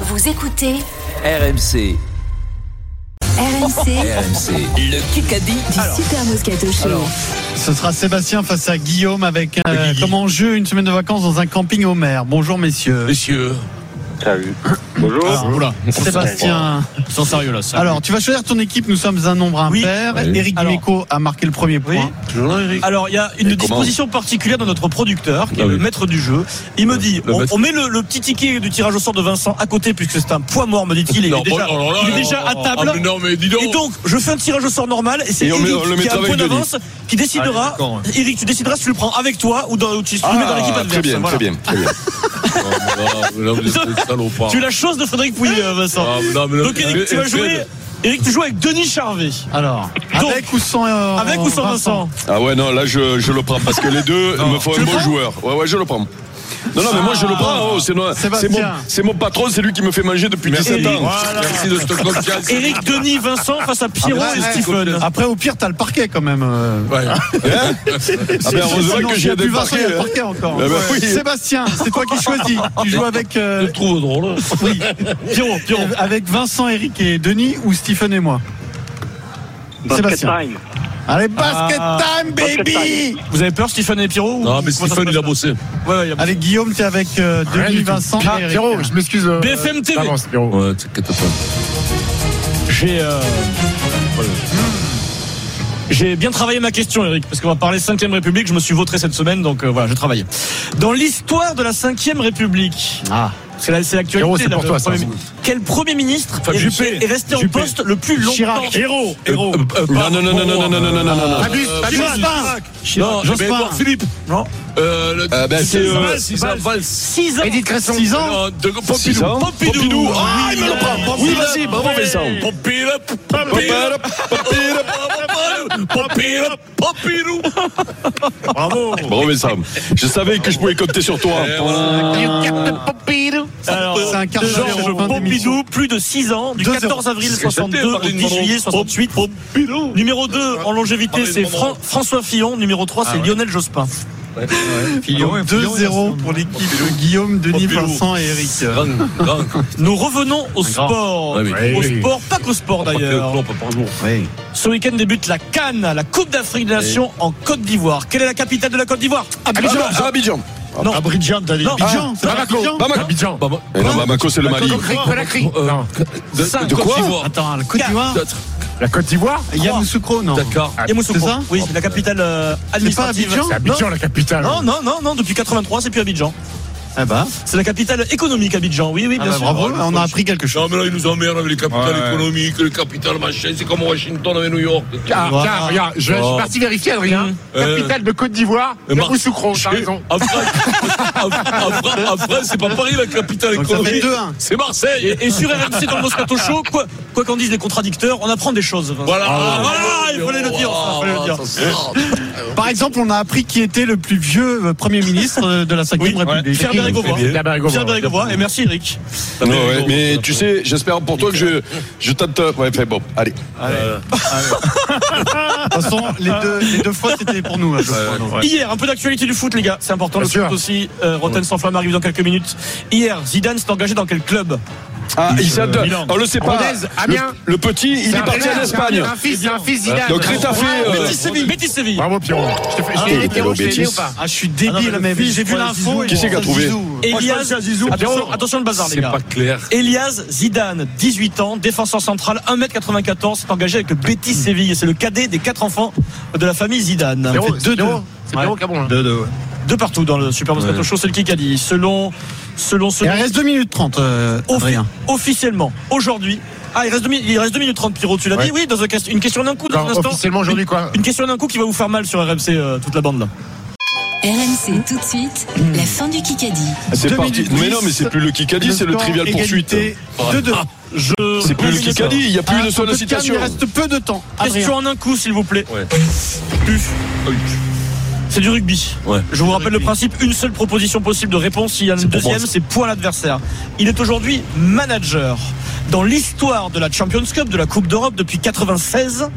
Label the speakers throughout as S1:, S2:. S1: Vous écoutez
S2: RMC,
S1: RMC
S2: RMC, le Kikadi
S1: du Super Moscato Show.
S3: Ce sera Sébastien face à Guillaume avec euh,
S4: Guigui.
S3: comme enjeu une semaine de vacances dans un camping au maire. Bonjour messieurs.
S4: Monsieur,
S5: Salut. Bonjour.
S3: Alors, oula, Sébastien.
S6: Sans sérieux là, ça.
S3: Alors tu vas choisir ton équipe, nous sommes un nombre
S6: Oui.
S3: impair.
S4: Oui.
S3: Eric
S6: Alors.
S3: Dimeco a marqué le premier point.
S4: toujours là, Eric
S6: Alors, il y a une
S4: Mais comment
S6: disposition particulière de notre producteur, qui
S4: Ah
S6: est le
S4: oui. Ah,
S6: maître du jeu. Il me dit,
S4: le
S6: on,
S4: maître.
S6: on met le, le petit ticket du tirage au sort de Vincent à côté, puisque c'est un poids mort, me dit-il. et Il,
S4: Non,
S6: est déjà,
S4: bon, alors là,
S6: il est
S4: alors,
S6: déjà à
S4: ah,
S6: table.
S4: mais non, mais dis donc
S6: Et donc, je fais un tirage au sort normal, et c'est
S4: Et on met-
S6: Eric
S4: on le
S6: qui
S4: mettra
S6: a un
S4: avec
S6: point
S4: Denis.
S6: d'avance, qui décidera. Eric, tu décideras si tu le prends avec toi ou, dans, ou tu tu le mets dans l'équipe adverse.
S5: très bien,
S6: Voilà.
S5: très bien, très bien.
S4: Ah, mais là, mais là, vous êtes des salopards.
S6: Tu es la chose de Frédéric Pouilly, euh, Vincent.
S4: Ah, mais non, mais là,
S6: Donc, Eric, tu vas
S4: Fred,
S6: jouer. Eric, tu joues avec Denis Charvet.
S3: Alors,
S6: Donc,
S3: avec ou sans euh,
S6: Avec ou sans Vincent
S5: Ah ouais, non, là, je, je le prends parce que les deux me font
S6: Tu
S5: un
S6: le
S5: bon
S6: prends
S5: joueur. Ouais, ouais, je le prends. Non, non, mais moi, je le
S6: Ah,
S5: prends. oh, c'est, no- c'est, mon,
S3: Sébastien.
S5: c'est mon patron, c'est lui qui me fait manger depuis 17 ans.
S4: Voilà. Merci de cette confiance.
S6: Eric, Denis, Vincent face à Pierrot
S3: Ah, mais
S6: et
S3: là,
S6: Stephen.
S3: Après au pire t'as le parquet quand même. euh.
S5: Hein
S4: Ouais.
S5: Ah ben,
S3: Sinon,
S5: heureusement
S3: s'il y
S5: que
S3: a
S5: j'ai des
S3: plus Vincent, il y a le
S5: parquets. hein.
S3: parquet encore.
S5: Eh ben oui.
S3: Sébastien, c'est toi qui choisis. Tu joues avec euh,
S4: Je trouve drôle.
S3: oui. avec Vincent, Eric et Denis ou Stephen et moi. Sébastien.
S7: time.
S3: Allez, basket
S6: Ah,
S3: time, baby
S6: Vous avez peur, Stéphane et Pierrot ou-
S4: Non, mais
S6: comment ça
S4: Stéphane,
S6: se
S4: il a
S6: passe
S4: bossé.
S6: Ouais, ouais, il a bossé.
S3: Allez, Guillaume, t'es avec euh, Denis, Vincent et Eric.
S8: Pierrot, je m'excuse. euh,
S6: BFM TV.
S8: d'avance, Pierrot.
S4: Ouais, t'inquiète pas.
S6: J'ai euh, j'ai bien travaillé ma question, Eric, parce qu'on va parler 5ème République. Je me suis vautré cette semaine, donc euh, voilà, j'ai travaillé. Dans l'histoire de la 5ème République,
S3: Ah.
S6: c'est la- c'est l'actualité.
S8: Héros, c'est
S6: là,
S8: pour
S6: le
S8: toi, ça.
S6: premier- Quel Premier ministre est,
S4: Fabius.
S6: est- est resté
S4: Juppé.
S6: en poste le plus longtemps
S3: Chirac. Euh,
S6: Héros. Héros.
S4: Euh,
S5: Non, non, non, non, non, non, non, non, non, non, non.
S8: Fabius, Fabius,
S3: Jospin
S4: Non, mais
S3: Jospin.
S4: Edouard Philippe.
S6: Non.
S4: Euh, le-
S5: Ah, ben, c'est, euh,
S4: Valls, c'est ça, Valls.
S6: 6 ans.
S8: Edith Cresson.
S3: 6 ans
S4: Non, Euh, de-
S5: Six
S4: Pompidou.
S5: ans.
S6: Pompidou.
S5: Pompidou. Ah, il me le prend.
S4: Oui,
S5: Oui, vas-y, bravo, Vincent.
S4: Pompidou. Pompidou. Pompidou. Pompidou. Pompidou.
S5: Bravo, Vincent. Je savais que je pouvais compter sur toi.
S4: Eh,
S3: Euh,
S4: voilà.
S6: Alors,
S3: C'est un quart de
S6: Georges
S3: zéro, fin d'émission.
S6: Pompidou, plus de 6 ans, du
S3: 2-0.
S6: 14 avril
S4: Qu'est-ce que
S6: 62
S4: c'était,
S6: au
S4: Marine
S6: 10
S4: Monroe
S6: juillet 68. Numéro 2 en longévité,
S4: Marine
S6: c'est
S4: Monroe.
S6: Fran- François Fillon. Numéro 3, c'est Lionel Jospin.
S3: Donc, 2-0 pour l'équipe de Guillaume, Denis,
S4: Pompidou.
S3: Vincent et Eric.
S4: Grand, grand.
S6: Nous revenons au sport.
S4: Ouais, oui.
S6: Au
S8: Oui.
S6: sport, pas qu'au sport d'ailleurs.
S4: Non, pas par jour.
S6: Ce week-end débute la Cannes, la Coupe d'Afrique des Nations en Côte d'Ivoire. Quelle est la capitale de la Côte d'Ivoire Ah,
S5: Abidjan, Abidjan.
S8: Abidjan, t'as dit.
S6: Non.
S3: Abidjan, c'est
S8: Bamako.
S3: Abidjan
S5: Bamako.
S8: Abidjan.
S4: Bah, bah,
S5: Eh non, Bamako, c'est le Mali.
S8: Conakry, Conakry.
S4: Euh,
S8: Non.
S4: De,
S6: Cinq.
S4: de
S6: Côte
S4: quoi
S6: d'Ivoire.
S3: Attends, le Côte d'Ivoire
S4: Quatre.
S8: La Côte d'Ivoire
S3: Yamoussoukro, non Ah,
S4: Dakar.
S6: Yamoussoukro.
S3: c'est ça
S6: bah, Oui, c'est la capitale euh, administrative.
S3: Abidjan
S8: C'est Abidjan, la capitale.
S6: non, non, non, non, depuis 83, c'est plus Abidjan.
S3: Eh bah,
S6: C'est la capitale économique, Abidjan. Oui, oui,
S3: ah
S6: bien
S3: bah,
S6: sûr.
S3: bravo, on a appris quelque chose.
S4: Non, Ah, mais là, ils nous emmerdent avec les capitales
S8: Ouais.
S4: économiques, les capitales machin. C'est comme Washington avec New York.
S8: Ah,
S3: Voilà.
S8: tiens, regarde, je, je suis parti vérifier, Adrien.
S4: Euh,
S8: Capitale de Côte d'Ivoire,
S4: euh, Mar-
S8: Yamoussoukro, t'as raison.
S4: En France, en- en France- en France, c'est pas Paris la capitale
S3: Donc ça fait
S4: économique.
S3: 2-1.
S4: C'est Marseille.
S6: Et sur RMC dans le Moscato Show, quoi quoi qu'en disent les contradicteurs, on apprend des choses. Vincent.
S4: Voilà.
S6: Ah, voilà, il fallait le dire, ça, il fallait le dire.
S3: Par exemple, on a appris qui était le plus vieux euh, Premier ministre euh, de la 5ème
S6: Oui,
S3: République.
S6: Pierre Bérégovoy.
S4: bien.
S8: La Barigo.
S6: Pierre Bérégovoy, et merci Eric.
S5: Ouais, ouais, mais tu sais, j'espère pour toi que je, je tente. Ouais, fait bon, allez.
S3: De toute façon, les deux, les deux fois, c'était pour nous. là, je crois, donc.
S6: Hier, un peu d'actualité du foot, les gars. C'est important le
S8: Bien
S6: foot
S8: sûr.
S6: aussi. Euh, Rotten sans flamme arrive dans quelques minutes. Hier, Zidane s'est engagé dans quel club
S5: Ah, il s'adapte.
S6: Milan.
S5: On le sait pas.
S8: Rodez, Amiens.
S5: Le, le petit, il est, parti en Espagne.
S8: Un fils, il a un fils, Zidane.
S5: Donc, Rétafé, euh,
S6: Betis Séville. Betis Séville.
S8: Bravo, Pierrot. Je te fais-
S5: Ah,
S8: je t'ai
S5: t'es
S8: hétéro, je t'ai
S5: au
S8: aidé ou
S5: Bétis.
S8: pas
S3: Ah, je suis débile, mais j'ai vu l'info. et
S5: Qui c'est qui a trouvé
S3: Zizou.
S6: Elias. Attention, attention le bazar, les
S4: C'est
S6: gars.
S4: pas clair.
S6: Elias Zidane, 18 ans, défenseur central, 1m94, s'est engagé avec le Betis
S8: Hmm.
S6: Séville. Et C'est le cadet des quatre enfants de la famille Zidane.
S8: Zéro,
S6: Fait
S8: c'est
S6: deux, deux.
S8: Pierrot. C'est Pierrot qui a bon, là.
S6: de partout dans le Super Moscato
S4: Ouais.
S6: Show, c'est le Kikadi. Selon, selon,
S3: Il
S6: selon
S3: reste 2 minutes 30, euh,
S6: offi-
S3: Adrien.
S6: officiellement, aujourd'hui. Ah, il reste 2 minutes, il reste deux minutes 30, Pierrot, tu l'as
S8: Ouais.
S6: dit Oui, dans un cas- une question d'un coup, dans
S8: Non,
S6: un instant.
S8: Officiellement aujourd'hui, quoi.
S6: Une question d'un coup qui va vous faire mal sur RMC, euh, toute la bande là.
S1: RMC tout de suite, la fin du Kikadi.
S5: C'est
S3: Deux
S5: parti.
S3: minutes
S5: Mais
S3: dix.
S5: non, mais c'est plus le Kikadi, c'est le
S3: score,
S5: trivial poursuite.
S3: égalité, 2-2.
S6: Je.
S5: C'est plus le Kikadi, il n'y a plus
S3: Ah,
S5: de
S3: un
S5: son
S3: peu de calme,
S5: citation.
S3: Il reste peu de temps. Adrien.
S6: Question en un coup, s'il vous plaît.
S4: Ouais.
S6: Puf. C'est du rugby.
S4: Ouais.
S6: Je vous rappelle le principe, une seule proposition possible de réponse. S'il y en a une
S4: C'est pour
S6: deuxième,
S4: moi, ça.
S6: c'est point à l'adversaire. Il est aujourd'hui manager. Dans l'histoire de la Champions Cup, de la Coupe d'Europe depuis 96,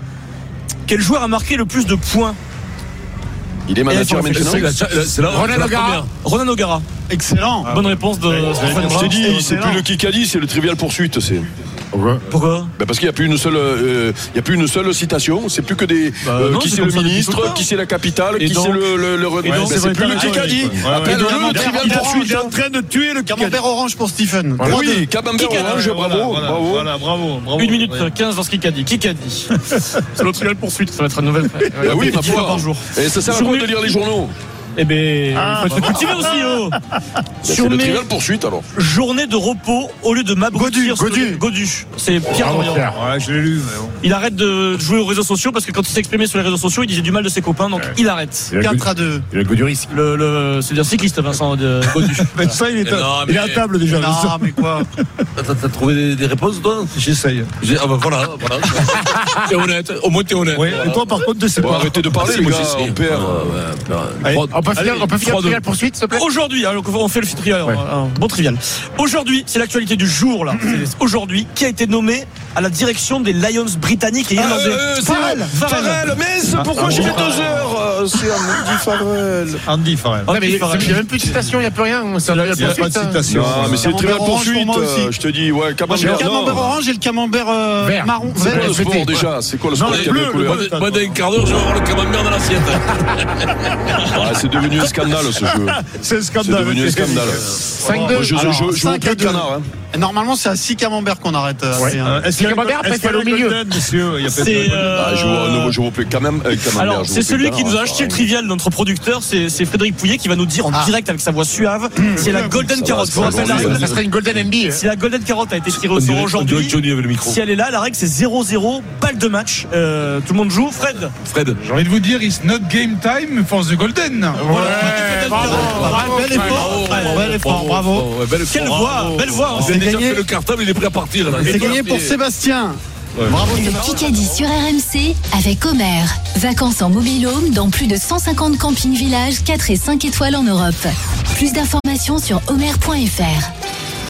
S6: quel joueur a marqué le plus de points
S5: Il est manager
S6: Et
S5: maintenant.
S4: C'est la- c'est la- c'est la-
S8: Ronan
S4: c'est la
S8: O'Gara.
S4: première.
S6: Ronan O'Gara.
S3: Excellent.
S6: Bonne réponse de Stéphane
S5: Je
S6: Brun.
S5: t'ai dit, c'est
S3: excellent.
S5: plus le Kikadi, c'est le Trivial Poursuite. C'est
S6: Pourquoi
S5: Ben parce qu'il n'y a plus une seule, euh, il y a plus une seule citation. C'est plus que des euh,
S6: non,
S5: qui
S6: c'est
S5: c'est
S6: comme
S5: le
S6: ça depuis tout le
S5: ministre,
S6: temps.
S5: qui c'est la capitale,
S6: Et
S5: qui
S6: donc
S5: c'est le le, le-
S3: Et donc,
S5: Ben,
S3: c'est
S5: c'est
S3: vrai,
S5: plus
S3: t'as
S5: le
S3: raison.
S5: Kikadi.
S3: Ouais, ouais.
S5: Appelle-le
S3: Il est en
S5: le
S3: train-
S5: Trivial
S3: il est en train-
S5: Poursuite.
S3: il est
S6: en train de tuer le
S3: hein. Camembert orange pour Stephen.
S5: Ah
S3: Trois, deux.
S5: Oui, Camembert
S6: Kikadi.
S5: Orange, bravo, bravo.
S8: bravo, bravo.
S6: Une minute 15 dans ce Kikadi. Kikadi.
S8: C'est l'autre trial poursuite, ça va être une nouvelle.
S5: Ben oui, ma
S6: dix fois
S5: foi.
S6: par jour.
S5: Et ça sert à quoi de lire les journaux
S6: Eh ben, il faut être cultivé aussi, oh
S5: Ben,
S6: Sur
S5: C'est le
S6: mes
S5: Trivial Poursuite alors.
S6: journées de repos, au lieu de m'abrutir... sur
S3: Godu,
S6: les- Godu. C'est Pierre Dorian.
S8: Ouais, je l'ai lu, mais bon.
S6: Il arrête de jouer aux réseaux sociaux parce que quand il s'exprimait sur les réseaux sociaux, il disait du mal de ses copains, donc il arrête.
S8: Il a le goût-
S3: 4 à 2.
S8: il a le goût du risque.
S6: Le, le, c'est-à-dire cycliste, Vincent de Godu.
S7: Ça, il est,
S4: Non,
S7: à,
S4: mais-
S7: il est à table déjà.
S3: Ah, mais quoi
S4: T'as t'as trouvé des, des réponses, toi
S7: J'essaye.
S4: J'ai- Ah bah voilà, voilà. t'es honnête, au moins t'es honnête.
S7: Oui. Et toi, par contre, ne sais
S5: Bon,
S7: pas.
S5: arrêtez de parler,
S4: Merci,
S5: les
S4: moi,
S5: gars.
S4: j'essaie.
S5: On perd. euh.
S4: Ah, ouais, bah, trois-
S8: On peut finir, on peut finir le
S4: 3-2.
S8: trial poursuite, s'il te plaît
S6: Aujourd'hui, alors qu'on fait le trivial, un bon trivial. Aujourd'hui, c'est l'actualité du jour là. C'est Aujourd'hui, qui a été nommé à la direction des Lions britanniques et
S4: Ah,
S6: irlandais
S4: euh, c'est
S6: Farrell, Farrell.
S4: Farrell, mais c'est pourquoi j'ai fait deux heures euh, C'est Andy Farrell.
S7: Andy Farrell.
S6: Ah,
S8: Non, mais
S6: qui
S8: il
S6: Farrell.
S8: n'y a même plus de citation, il n'y a plus rien. C'est un trial
S7: Il n'y a pas de
S8: poursuite. hein.
S7: citation.
S5: Non, mais c'est le
S3: Camembert
S5: Trivial
S3: Orange pour
S5: Poursuite.
S3: moi aussi.
S5: euh, Je te dis, ouais,
S3: J'ai le
S5: Camembert.
S3: camembert
S5: non.
S3: orange et le camembert euh,
S8: Vert.
S3: marron.
S5: C'est quoi
S3: Vert.
S5: le sport
S8: Vêté.
S5: déjà C'est quoi le sport
S7: Non, les
S5: qui a deux
S7: bleus, le
S5: couleurs
S4: Moi, moi, dans un quart d'heure, je vais avoir le camembert dans l'assiette.
S5: Ah, C'est devenu un scandale ce jeu.
S7: C'est un
S5: C'est
S7: scandale.
S5: devenu un scandale.
S8: 5-2.
S5: Moi, je
S3: Alors,
S5: je- je joue
S3: cinq
S5: plus
S3: à
S5: le
S3: deux.
S5: canard. hein.
S3: Normalement, c'est à 6 camemberts qu'on arrête. euh,
S7: Ouais.
S3: c'est,
S7: Euh,
S3: euh,
S7: Est-ce qu'il y a
S8: Le Camembert,
S7: est-ce qu'il y a
S8: préfère au
S7: le
S8: milieu.
S7: Golden, monsieur Il y a peut-être
S6: C'est,
S7: le Golden.
S5: Ah, je vois,
S6: euh,
S5: non, je vois plus quand même. euh, Camembert,
S6: Alors,
S5: je vois
S6: c'est
S5: plus
S6: celui
S5: canard,
S6: qui nous a
S5: hein,
S6: acheté le
S5: ça,
S6: trivial, notre producteur, c'est c'est Frédéric Pouillet qui va nous dire en
S3: Ah.
S6: direct avec sa voix suave, c'est la Golden
S5: va,
S6: Carotte.
S5: ça
S6: Je vous
S5: va,
S6: rappelle
S5: ça
S6: la
S5: va.
S6: règle.
S8: Ça serait une Golden MB. hein.
S6: Si la Golden Carotte a été tirée au
S4: On
S6: sort
S4: dirait- on dirait
S6: aujourd'hui,
S4: Johnny avec le micro.
S6: si elle est là, la règle c'est 0-0, balle de match. Euh, tout le monde joue, Fred
S4: Fred.
S7: J'ai envie de vous dire, it's not game time for the Golden.
S8: Bravo, bravo,
S3: Bel effort.
S4: Bravo,
S3: Bel effort. Bravo.
S4: Ouais, belle
S6: Quelle
S4: fois.
S6: voix, belle voix hein.
S4: Il a déjà
S3: gagné.
S4: fait le cartable, il est prêt à partir. là.
S3: C'est gagné pour Sébastien. Bravo.
S1: Le Kikadi sur RMC avec Omer. Vacances en mobilhome dans plus de 150 campings villages 4 et 5 étoiles en Europe. Plus d'informations sur omer.fr.